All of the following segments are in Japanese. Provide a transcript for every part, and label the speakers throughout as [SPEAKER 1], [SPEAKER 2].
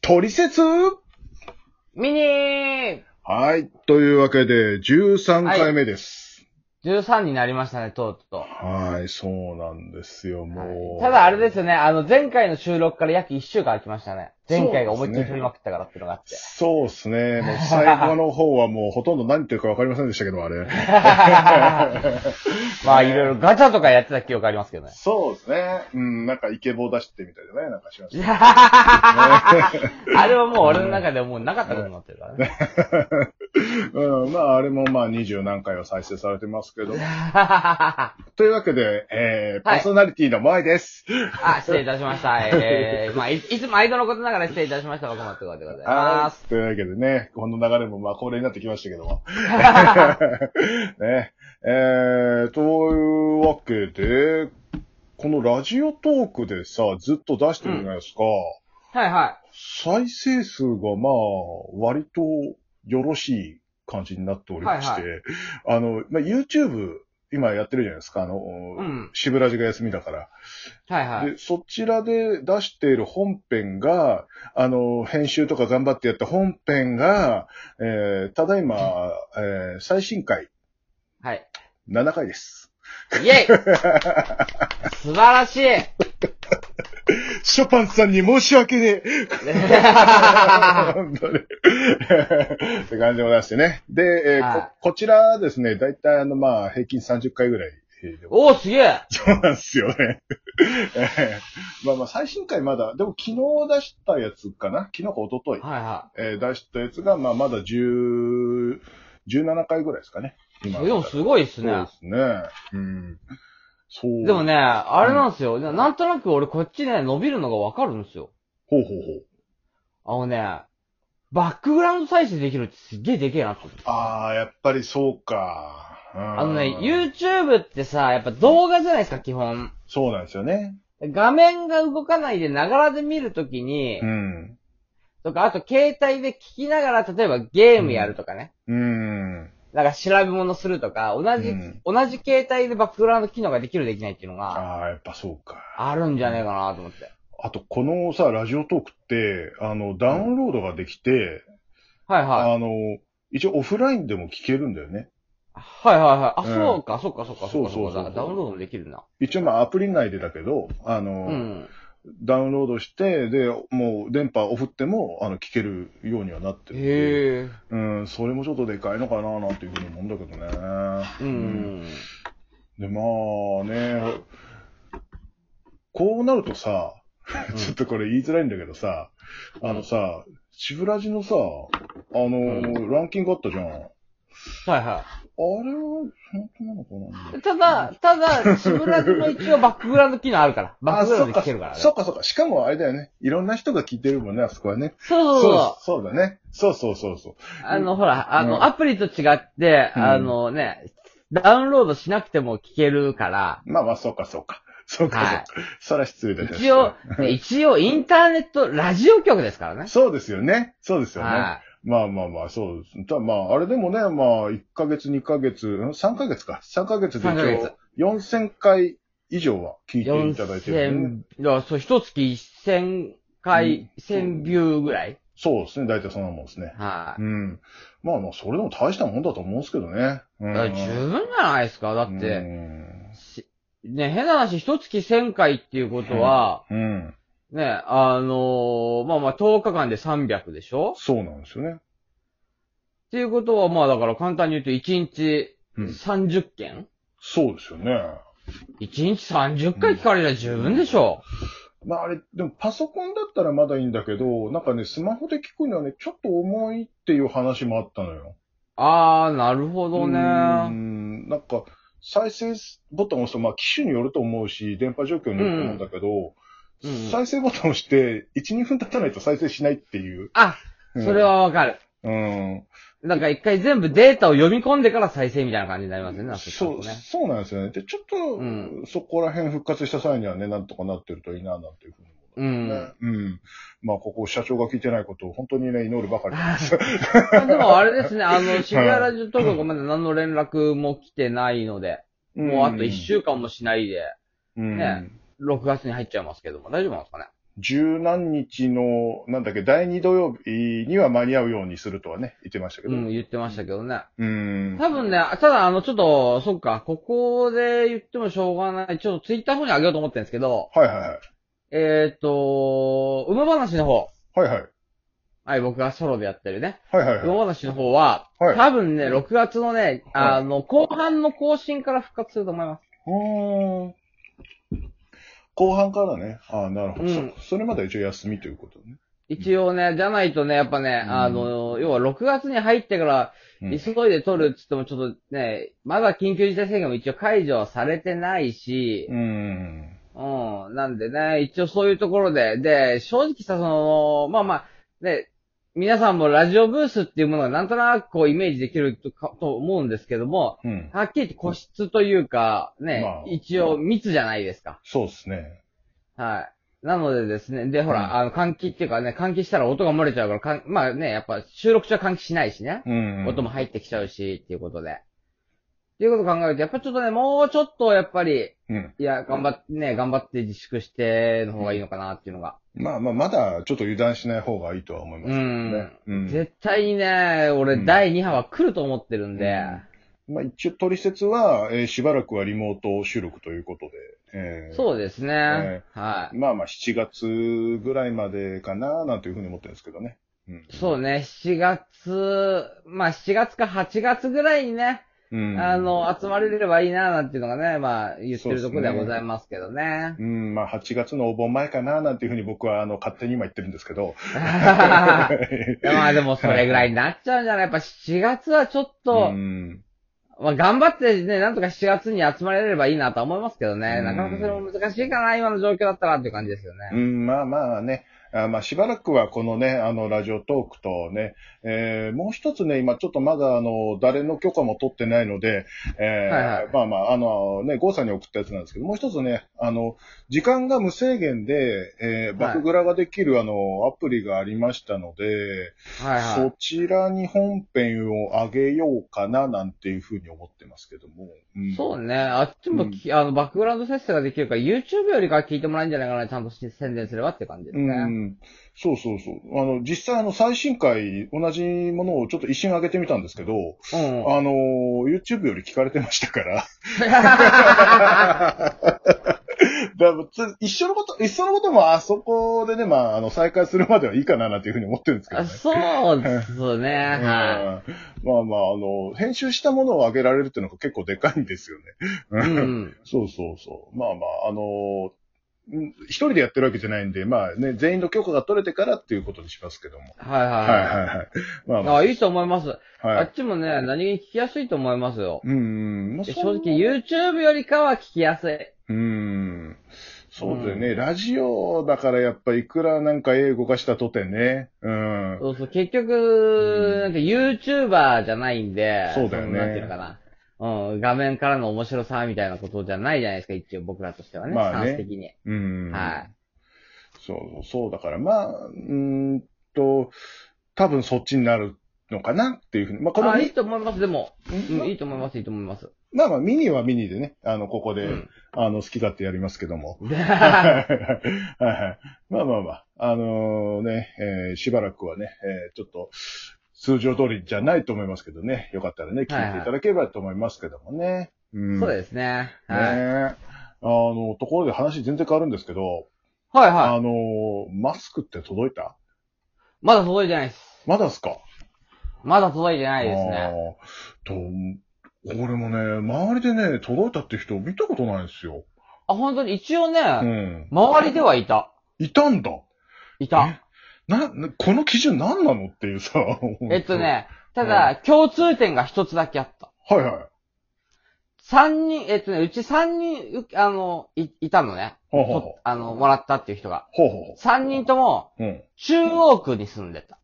[SPEAKER 1] トリセツ
[SPEAKER 2] ミニー
[SPEAKER 1] はい。というわけで、13回目です。
[SPEAKER 2] !13 になりましたね、とうと
[SPEAKER 1] はい、そうなんですよ、
[SPEAKER 2] う。
[SPEAKER 1] もう。
[SPEAKER 2] ただあれですよね、あの、前回の収録から約1週間空きましたね。前回が
[SPEAKER 1] そ
[SPEAKER 2] 思
[SPEAKER 1] う
[SPEAKER 2] い
[SPEAKER 1] ですね
[SPEAKER 2] っきり取りまくったからっていうのがあっ て。
[SPEAKER 1] そうですね。もう最後の方はもうほとんど何言ってるかわかりませんでしたけど、あれ。
[SPEAKER 2] まあ、いろいろガチャとかやってた記憶あります けどね。
[SPEAKER 1] そうですね。うん、なんかイケボ出してみたいじゃないなんかしまし
[SPEAKER 2] あれはもう俺の中ではもうなかったことになってるか らね。
[SPEAKER 1] た。うん、まああれもまあ二十何回は再生されてますけど。というわけで、えー、
[SPEAKER 2] は
[SPEAKER 1] パ
[SPEAKER 2] い
[SPEAKER 1] ーソナリティの前です。
[SPEAKER 2] あ、失礼いたしました。えー、まあ、いいつも毎度のことながら失礼いたしました。僕もってことでございます。
[SPEAKER 1] い。というわけでね、この流れもまあ恒例になってきましたけど も。 ね。えー、というわけで、このラジオトークでさ、ずっと出してるじゃないですか。
[SPEAKER 2] はいは
[SPEAKER 1] 再生数がまあ、割とよろしい感じになっておりまして、
[SPEAKER 2] は
[SPEAKER 1] あの、まあ、YouTube、今やってるじゃないですか、あの、
[SPEAKER 2] い。うん。
[SPEAKER 1] しぶらじが休みだから。
[SPEAKER 2] はいはい。
[SPEAKER 1] で、そちらで出している本編が、あの、編集とか頑張ってやった本編が、えー、ただいま、えー、最新回、
[SPEAKER 2] はい。
[SPEAKER 1] 7回です。
[SPEAKER 2] イ ェイ素晴らしい
[SPEAKER 1] ショパンさんに申し訳ねえ 本当に。 って感じも出してね。で、えー
[SPEAKER 2] はい
[SPEAKER 1] こ、こちらですね、だいたいあの、まあ、平均30回ぐらい。えーで
[SPEAKER 2] おお、すげえ
[SPEAKER 1] そうなんですよね。 えーまあまあ、最新回まだ、でも昨日出したやつかな昨日か一昨日
[SPEAKER 2] はいは
[SPEAKER 1] えー出したやつが、まあ、まだ10、17回ぐらいですかね。
[SPEAKER 2] い。
[SPEAKER 1] 今
[SPEAKER 2] でもすごいです
[SPEAKER 1] そう
[SPEAKER 2] ね
[SPEAKER 1] で。すね。うん。そう。
[SPEAKER 2] でも。ね、あれなんですよ。なんとなく俺こっちね、伸びるのがわかるんですよ。
[SPEAKER 1] ほうほうほう。
[SPEAKER 2] あのね、バックグラウンド再生できるってすっげえでけえなって思って。
[SPEAKER 1] ああ、やっぱりそうか。あ
[SPEAKER 2] あのね、YouTube ってさ、やっぱ動画じゃないですか、基本。
[SPEAKER 1] そうなんですよね。
[SPEAKER 2] 画面が動かないで、ながらで見るときに
[SPEAKER 1] う、ん。
[SPEAKER 2] とか、あと携帯で聞きながら、例えばゲームやるとかね。
[SPEAKER 1] うん。
[SPEAKER 2] なんか調べ物するとか、同じ、
[SPEAKER 1] うん
[SPEAKER 2] 同じ携帯でバックグラウンド機能ができるできないっていうのが、
[SPEAKER 1] ああ、やっぱそうか。
[SPEAKER 2] あるんじゃねえかなと思って。
[SPEAKER 1] あと、このさ、ラジオトークって、あの、ダウンロードができて、
[SPEAKER 2] はいはい。
[SPEAKER 1] あの、一応オフラインでも聞けるんだよね。
[SPEAKER 2] はいはいはい。あ、
[SPEAKER 1] うん
[SPEAKER 2] そうか、そうか、そうか、そう
[SPEAKER 1] そ
[SPEAKER 2] か、そう
[SPEAKER 1] そう
[SPEAKER 2] う
[SPEAKER 1] そうそ
[SPEAKER 2] か。
[SPEAKER 1] う
[SPEAKER 2] ダウンロードもできるな。
[SPEAKER 1] 一応まあアプリ内でだけど、あの、
[SPEAKER 2] うん。
[SPEAKER 1] ダウンロードして、で、もう電波を振っても、あの、聞けるようにはなってるんで。
[SPEAKER 2] へえ。
[SPEAKER 1] うん、それもちょっとでかいのかな、なんていうふうに思うんだけどね。
[SPEAKER 2] う。ん。
[SPEAKER 1] で、まあね、こうなるとさ、
[SPEAKER 2] うん
[SPEAKER 1] ちょっとこれ言いづらいんだけどさ、あのさ、シブラジのさ、あの、
[SPEAKER 2] ん
[SPEAKER 1] ランキングあったじゃん。あれは、
[SPEAKER 2] はいは。
[SPEAKER 1] 本当なのかない
[SPEAKER 2] ただ、ただ、シブラジも一応バックグラウンド機能あ るから。バックグラウンドで聞けるから
[SPEAKER 1] あ
[SPEAKER 2] ね。
[SPEAKER 1] そ
[SPEAKER 2] そ
[SPEAKER 1] っかそっか。しかもあれだよね。いろんな人が聞いてるもんね、あそこはね。
[SPEAKER 2] うそうそう。
[SPEAKER 1] そうだね。そうそうそうそう。
[SPEAKER 2] あの、ほら、あ
[SPEAKER 1] うん
[SPEAKER 2] の、アプリと違って、
[SPEAKER 1] うん
[SPEAKER 2] あのね、ダウンロードしなくても聞けるから、
[SPEAKER 1] まあまあ、そうかそうか。 そうかそうか。
[SPEAKER 2] はい
[SPEAKER 1] そら失礼だけど
[SPEAKER 2] 一応、一応インターネット、ラジオ局ですからね。
[SPEAKER 1] そうですよね。そうですよね。
[SPEAKER 2] は
[SPEAKER 1] まあまあまあ、そうです。ただまあ、あれでもね、まあ、1ヶ月、2ヶ月、ん3ヶ月か。3ヶ月で
[SPEAKER 2] 三ヶ
[SPEAKER 1] 一
[SPEAKER 2] 月
[SPEAKER 1] 応、4000回以上は聞
[SPEAKER 2] い。
[SPEAKER 1] いていただいてる、ね。
[SPEAKER 2] 4000、いや、そう、一月1000回、1000ビューぐらい。
[SPEAKER 1] そうですね。大体そんなもんですね。
[SPEAKER 2] は
[SPEAKER 1] う
[SPEAKER 2] い。
[SPEAKER 1] ん。まあまあ、それでも大したもんだと思うんですけどね。うん。
[SPEAKER 2] だから十分じゃないですか。だっ
[SPEAKER 1] う
[SPEAKER 2] て、
[SPEAKER 1] ん
[SPEAKER 2] しね、変な話、一月1000回っていうことは、
[SPEAKER 1] うん。
[SPEAKER 2] ね、あのーまあまあ、10日間で300でしょ
[SPEAKER 1] そうなんですよね。
[SPEAKER 2] っていうことは、まあだから簡単に言うと、1日
[SPEAKER 1] うん。
[SPEAKER 2] 30件、
[SPEAKER 1] そうですよね。
[SPEAKER 2] 一 ?1 日30回聞かれりゃ十分でしょ
[SPEAKER 1] まああれ、でもパソコンだったらまだいいんだけど、なんかね、スマホで聞くのはね、ちょっと重いっていう話もあったのよ。
[SPEAKER 2] あー、なるほど
[SPEAKER 1] ー
[SPEAKER 2] ね。
[SPEAKER 1] ん、なんか、再生ボタンを押すと、まあ、機種によると思うし、電波状況によると思うんだけど、
[SPEAKER 2] うんうん
[SPEAKER 1] 再生ボタンを押して、1、2分経たないと再生しないっていう。
[SPEAKER 2] あ、
[SPEAKER 1] うん
[SPEAKER 2] それ。はわかる。
[SPEAKER 1] うん。
[SPEAKER 2] なんか一回全部データを読み込んでから再生みたいな感じになりますよね、
[SPEAKER 1] そう、
[SPEAKER 2] ね。
[SPEAKER 1] そうなんですよね。で、ちょっと、
[SPEAKER 2] うん
[SPEAKER 1] そこら辺復活した際にはね、なんとかなってるといいな、なんていうふうに
[SPEAKER 2] う。
[SPEAKER 1] 思うんね。うん。まあ、ここ、社長が聞いてないことを本当にね、祈るばかりなんです。
[SPEAKER 2] まあでもあれですね、あの、渋谷ラジオトークがまだ何の連絡も来てないので、もうあと1週間もしないで、
[SPEAKER 1] うん。
[SPEAKER 2] ね6月に入っちゃいますけども、大丈夫なんですかね
[SPEAKER 1] 十何日の、なんだっけ、第二土曜日には間に合うようにするとはね、言ってましたけど。
[SPEAKER 2] うん、言ってましたけどね。
[SPEAKER 1] うん。
[SPEAKER 2] 多分ね、ただあの、ちょっと、そっか、ここで言ってもしょうがない。ちょっとツイッターの方にあげようと思ってるんですけど、
[SPEAKER 1] はいはいはい。
[SPEAKER 2] えっ、ー、と、馬話の方。
[SPEAKER 1] はいはい。
[SPEAKER 2] はい、僕がソロでやってるね。
[SPEAKER 1] はいはいはい。
[SPEAKER 2] 馬話の方は、
[SPEAKER 1] はい
[SPEAKER 2] 多分ね、6月のね、あの、後半の更新から復活すると思います。
[SPEAKER 1] うーん。後半からね。ああ、なるほど、
[SPEAKER 2] うん
[SPEAKER 1] そ。それまでは一応休みということね。
[SPEAKER 2] 一応ね、じゃないとね、やっぱね、
[SPEAKER 1] うん
[SPEAKER 2] あの、要は6月に入ってから、
[SPEAKER 1] うん
[SPEAKER 2] 急いで撮るっつってもちょっとね、まだ緊急事態宣言も一応解除はされてないし、
[SPEAKER 1] うん。
[SPEAKER 2] うん、なんでね、一応そういうところで、で、正直さ、その、まあまあ、ね、皆さんもラジオブースっていうものがなんとなくこうイメージできるとかと思うんですけども、
[SPEAKER 1] うん。
[SPEAKER 2] はっきり言って個室というか、ね、
[SPEAKER 1] まあ
[SPEAKER 2] 一応密じゃないですか。
[SPEAKER 1] そうですね。
[SPEAKER 2] はい。なのでですね、で、ほら、
[SPEAKER 1] うん
[SPEAKER 2] あの、換気っていうかね、換気したら音が漏れちゃうから、かんまあね、やっぱ収録中は換気しないしね、
[SPEAKER 1] うん。
[SPEAKER 2] 音も入ってきちゃうし、っていうことで。っていうことを考えると、やっぱちょっとね、もうちょっとやっぱり、
[SPEAKER 1] うん。
[SPEAKER 2] いや、頑張って、ね、頑張って自粛しての方がいいのかなっていうのが。
[SPEAKER 1] まあまあ、まだちょっと油断しない方がいいとは思います
[SPEAKER 2] う
[SPEAKER 1] けど
[SPEAKER 2] ん。
[SPEAKER 1] ね。うん。
[SPEAKER 2] 絶対にね、俺、
[SPEAKER 1] うん
[SPEAKER 2] 第2波は来ると思ってるんで、
[SPEAKER 1] まあ一応、取説は、えーしばらくはリモート収録ということで。えー
[SPEAKER 2] そうですね。
[SPEAKER 1] え
[SPEAKER 2] はい。
[SPEAKER 1] まあまあ、7月ぐらいまでかな、なんていうふうに思ってるんですけどね。うん。
[SPEAKER 2] そうね、7月、まあ7月か8月ぐらいにね、
[SPEAKER 1] うん。
[SPEAKER 2] あ、の、集まれればいいな、なんていうのがね、まあ言ってるところではございますけど ね。
[SPEAKER 1] うん、まあ8月のお盆前かな、なんていうふうに僕は、あの、勝手に今言ってるんですけ ど。
[SPEAKER 2] いやまあでもそれぐらいになっちゃうんじゃないやっぱ7月はちょっと、
[SPEAKER 1] うん。
[SPEAKER 2] まあ頑張ってね、なんとか7月に集まれればいいなとは思いますけどね。
[SPEAKER 1] うん
[SPEAKER 2] なかなかそれも難しいかな、今の状況だったらっていう感じですよ
[SPEAKER 1] う
[SPEAKER 2] ね。
[SPEAKER 1] ん、まあまあね。あまあ、しばらくはこのね、あの、ラジオトークとね、えーもう一つね、今ちょっとまだ、あの、誰の許可も取ってないので、えー
[SPEAKER 2] はいはい
[SPEAKER 1] まあまあ、あの、ね、ゴーさんに送ったやつなんですけど、もう一つね、あの、時間が無制限で、えーバックグラができる、あの、アプリがありましたので、
[SPEAKER 2] はいはい。
[SPEAKER 1] そちらに本編を上げようかな、なんていうふうに思ってますけども。うん
[SPEAKER 2] そうね。あっちもき、あの、バックグラウンド再生ができるから、YouTube よりかは聞いてもらえるんじゃないかな、ちゃんとし宣伝すればって感じです
[SPEAKER 1] う
[SPEAKER 2] ね。
[SPEAKER 1] ん。そうそうそう。あの、実際あの、最新回、同じものをちょっと一瞬上げてみたんですけど、
[SPEAKER 2] うん。
[SPEAKER 1] あのー、YouTube より聞かれてましたから。 だからつ一緒のこと、一緒のこともあそこでね、まあ、あの、再開するまではいいかななんていうふうに思ってるんですけど
[SPEAKER 2] あ
[SPEAKER 1] ね。
[SPEAKER 2] そうですね。
[SPEAKER 1] うん
[SPEAKER 2] は
[SPEAKER 1] まあまあ、あの、編集したものを上げられるっていうのが結構でかいんですよね。
[SPEAKER 2] い。うん。
[SPEAKER 1] そうそうそう。まあまあ、あのーうん一人でやってるわけじゃないんで、まあね、全員の許可が取れてからっていうことにしますけども。
[SPEAKER 2] はい
[SPEAKER 1] はいは
[SPEAKER 2] はいい。
[SPEAKER 1] はい。まあま
[SPEAKER 2] あ、いいと思います。
[SPEAKER 1] あ、
[SPEAKER 2] あ
[SPEAKER 1] はい。
[SPEAKER 2] っちもね、何気に聞きやすいと思いますよ。
[SPEAKER 1] うん、まあ、
[SPEAKER 2] で
[SPEAKER 1] そん
[SPEAKER 2] 正
[SPEAKER 1] な
[SPEAKER 2] 直、YouTube よりかは聞きやすい。
[SPEAKER 1] うん。そうだよね、ラジオだからやっぱいくらなんか英語化したとてね。うん。
[SPEAKER 2] そうそう、結局、なんか YouTuber じゃないんで、
[SPEAKER 1] そうだよね
[SPEAKER 2] のなんていうのかな。うん、画面からの面白さみたいなことじゃないじゃないですか、一応僕らとしてはね、
[SPEAKER 1] まあね
[SPEAKER 2] スタンス的に。
[SPEAKER 1] うん。
[SPEAKER 2] は
[SPEAKER 1] そう、そうだから、まあ、うーんと、多分そっちになるのかなっていうふうに。まあ、この
[SPEAKER 2] あ、い
[SPEAKER 1] ミ
[SPEAKER 2] いと思います、でも。うん、い
[SPEAKER 1] ニ、
[SPEAKER 2] いと思います、いいと思います。
[SPEAKER 1] まあまあ、ミニはミニでね、あの、ここ
[SPEAKER 2] う
[SPEAKER 1] で、
[SPEAKER 2] ん。
[SPEAKER 1] あの、好き勝手やりますけども。はい
[SPEAKER 2] は
[SPEAKER 1] はい。まあまあまあ、あのね、えーしばらくはね、えーちょっと、通常通りじゃないと思いますけどね、よかったらね、聞いていただければと思いますけどもね。う
[SPEAKER 2] い
[SPEAKER 1] ん、
[SPEAKER 2] そう
[SPEAKER 1] す。
[SPEAKER 2] ですね。
[SPEAKER 1] ね
[SPEAKER 2] はい。
[SPEAKER 1] あの、ところで話全然変わるんですけど、
[SPEAKER 2] はいは
[SPEAKER 1] あの、マスクって届いた
[SPEAKER 2] い。まだ届いてないです。
[SPEAKER 1] まだっすか
[SPEAKER 2] まだ届いてないですね。
[SPEAKER 1] あーと、俺もね、周りでね、届いたって人見たことないんですよ。
[SPEAKER 2] あ、本当に一応
[SPEAKER 1] う
[SPEAKER 2] ね、
[SPEAKER 1] ん。
[SPEAKER 2] 周りではいた。
[SPEAKER 1] いたんだ。
[SPEAKER 2] いた。
[SPEAKER 1] な、なこの基準何なのっていうさ。
[SPEAKER 2] えっと。ね、ただ、共通点が一つだけあった。
[SPEAKER 1] はいはい。
[SPEAKER 2] 三人、えっとね、うち三人、うあの、い、いたのね。
[SPEAKER 1] ほうほうほ
[SPEAKER 2] とあの、もらったっていう人が。
[SPEAKER 1] う。ほうほうほ
[SPEAKER 2] 三人とも、
[SPEAKER 1] う。うん。
[SPEAKER 2] 中央区に住んでた。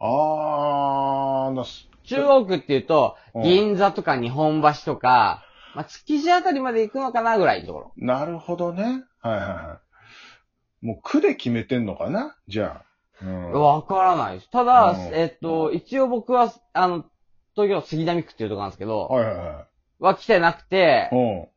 [SPEAKER 1] あー、なす。
[SPEAKER 2] 中央区っていうと、
[SPEAKER 1] うん
[SPEAKER 2] 銀座とか日本橋とか、まあ、築地あたりまで行くのかなぐらいのところ。
[SPEAKER 1] なるほどね。はいはいはい。もう区で決めてんのかなじゃあ。うん。
[SPEAKER 2] わからないです。ただ、
[SPEAKER 1] うん
[SPEAKER 2] えっと、一応僕は、あの、東京の杉並区っていうとこなんですけど、
[SPEAKER 1] はいはいは
[SPEAKER 2] は来てなくて
[SPEAKER 1] い。、う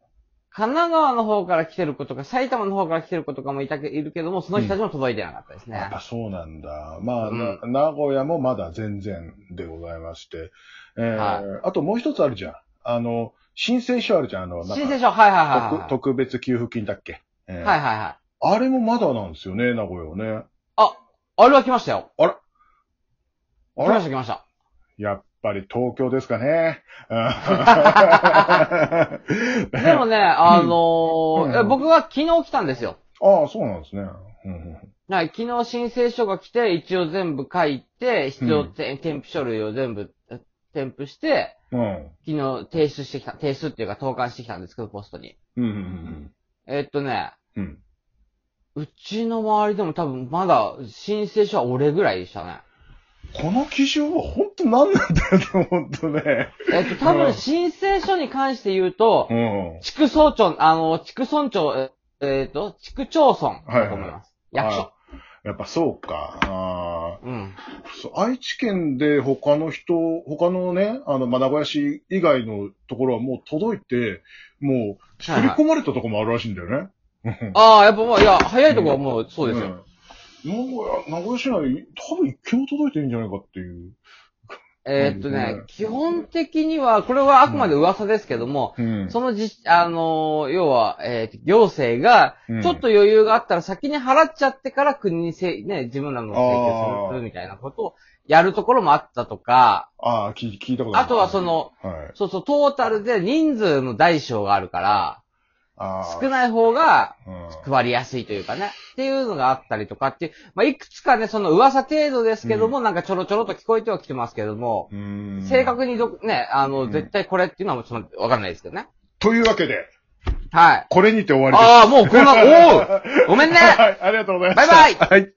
[SPEAKER 2] 神奈川の方から来てる子とか、埼玉の方から来てる子とかもいたけ、いるけども、その人たちも届いてなかったです
[SPEAKER 1] やっ
[SPEAKER 2] ね。
[SPEAKER 1] ぱそうなんだ。まあ、な
[SPEAKER 2] う
[SPEAKER 1] 名古屋もまだ全然でございまして。えー
[SPEAKER 2] は
[SPEAKER 1] あともう一つあるじゃん。あの、申請書あるじゃん。あの、なんか
[SPEAKER 2] 申請書、はいはいはい
[SPEAKER 1] 特特別給付金だっけ、えー
[SPEAKER 2] はい。はいはいはい。
[SPEAKER 1] あれもまだなんですよね、名古屋はね。
[SPEAKER 2] あれは来ましたよ。来
[SPEAKER 1] あ
[SPEAKER 2] ま
[SPEAKER 1] れ
[SPEAKER 2] した来ました。
[SPEAKER 1] やっぱり東京ですかね。
[SPEAKER 2] でもね、あの
[SPEAKER 1] うん
[SPEAKER 2] ーえ僕は昨日来たんですよ。
[SPEAKER 1] ああ、そうなんですね。うんうん
[SPEAKER 2] はい、昨日申請書が来て、一応全部書いて、必要て、添付書類を全部え添付して、
[SPEAKER 1] うん。
[SPEAKER 2] 昨日提出してきた、提出っていうか投函してきたんですけど、ポストに。
[SPEAKER 1] うんうん
[SPEAKER 2] えっとね、
[SPEAKER 1] うんうん。
[SPEAKER 2] うちの周りでも多分まだ申請書は俺ぐらいでしたね。
[SPEAKER 1] この基準は本当何なんだよね、本当ね。
[SPEAKER 2] えっと、多分申請書に関して言うと
[SPEAKER 1] う、ん。
[SPEAKER 2] 地区総長、あの、地区村長、ええっと、地区町村だと思います。役所。
[SPEAKER 1] やっぱそうか。ああ
[SPEAKER 2] うん。
[SPEAKER 1] そう愛知県で他の人、他のね、あの、まあ名古屋市以外のところはもう届いて、もう、振
[SPEAKER 2] はい
[SPEAKER 1] り
[SPEAKER 2] はい
[SPEAKER 1] 込まれたとこもあるらしいんだよね。
[SPEAKER 2] ああ、やっぱもう、いや、早いとこはもうそうですよ。
[SPEAKER 1] うん。名古屋、名古屋市内、多分一件も届いてるんじゃないかっていう。
[SPEAKER 2] えーっと
[SPEAKER 1] なるほど
[SPEAKER 2] ね
[SPEAKER 1] ね、
[SPEAKER 2] 基本的には、これはあくまで噂ですけども、
[SPEAKER 1] うん
[SPEAKER 2] そのじ、あのー、要は、えー行政が、
[SPEAKER 1] うん
[SPEAKER 2] ちょっと余裕があったら先に払っちゃってから国にせ、ね、自分らの請求
[SPEAKER 1] あー
[SPEAKER 2] するみたいなことをやるところもあったとか、
[SPEAKER 1] ああ、聞い聞いたことる
[SPEAKER 2] あとはそ、の、
[SPEAKER 1] はい。
[SPEAKER 2] そうそう、トータルで人数の大小があるから、
[SPEAKER 1] ああ。
[SPEAKER 2] 少ない方が
[SPEAKER 1] うん
[SPEAKER 2] 配りやすいというかね、っていうのがあったりとかっていう、まあ、いくつかね、その噂程度ですけども、なんかちょろちょろと聞こえてはきてますけども、
[SPEAKER 1] うーん
[SPEAKER 2] 正確にど、ね、あの、
[SPEAKER 1] うん
[SPEAKER 2] 絶対これっていうのはちょっとわかんないですけどね。
[SPEAKER 1] というわけで、
[SPEAKER 2] はい。
[SPEAKER 1] これにて終わりです。
[SPEAKER 2] ああ、もうこんな、おうごめんね
[SPEAKER 1] はい、ありがとうございました。
[SPEAKER 2] バイバイ
[SPEAKER 1] はい。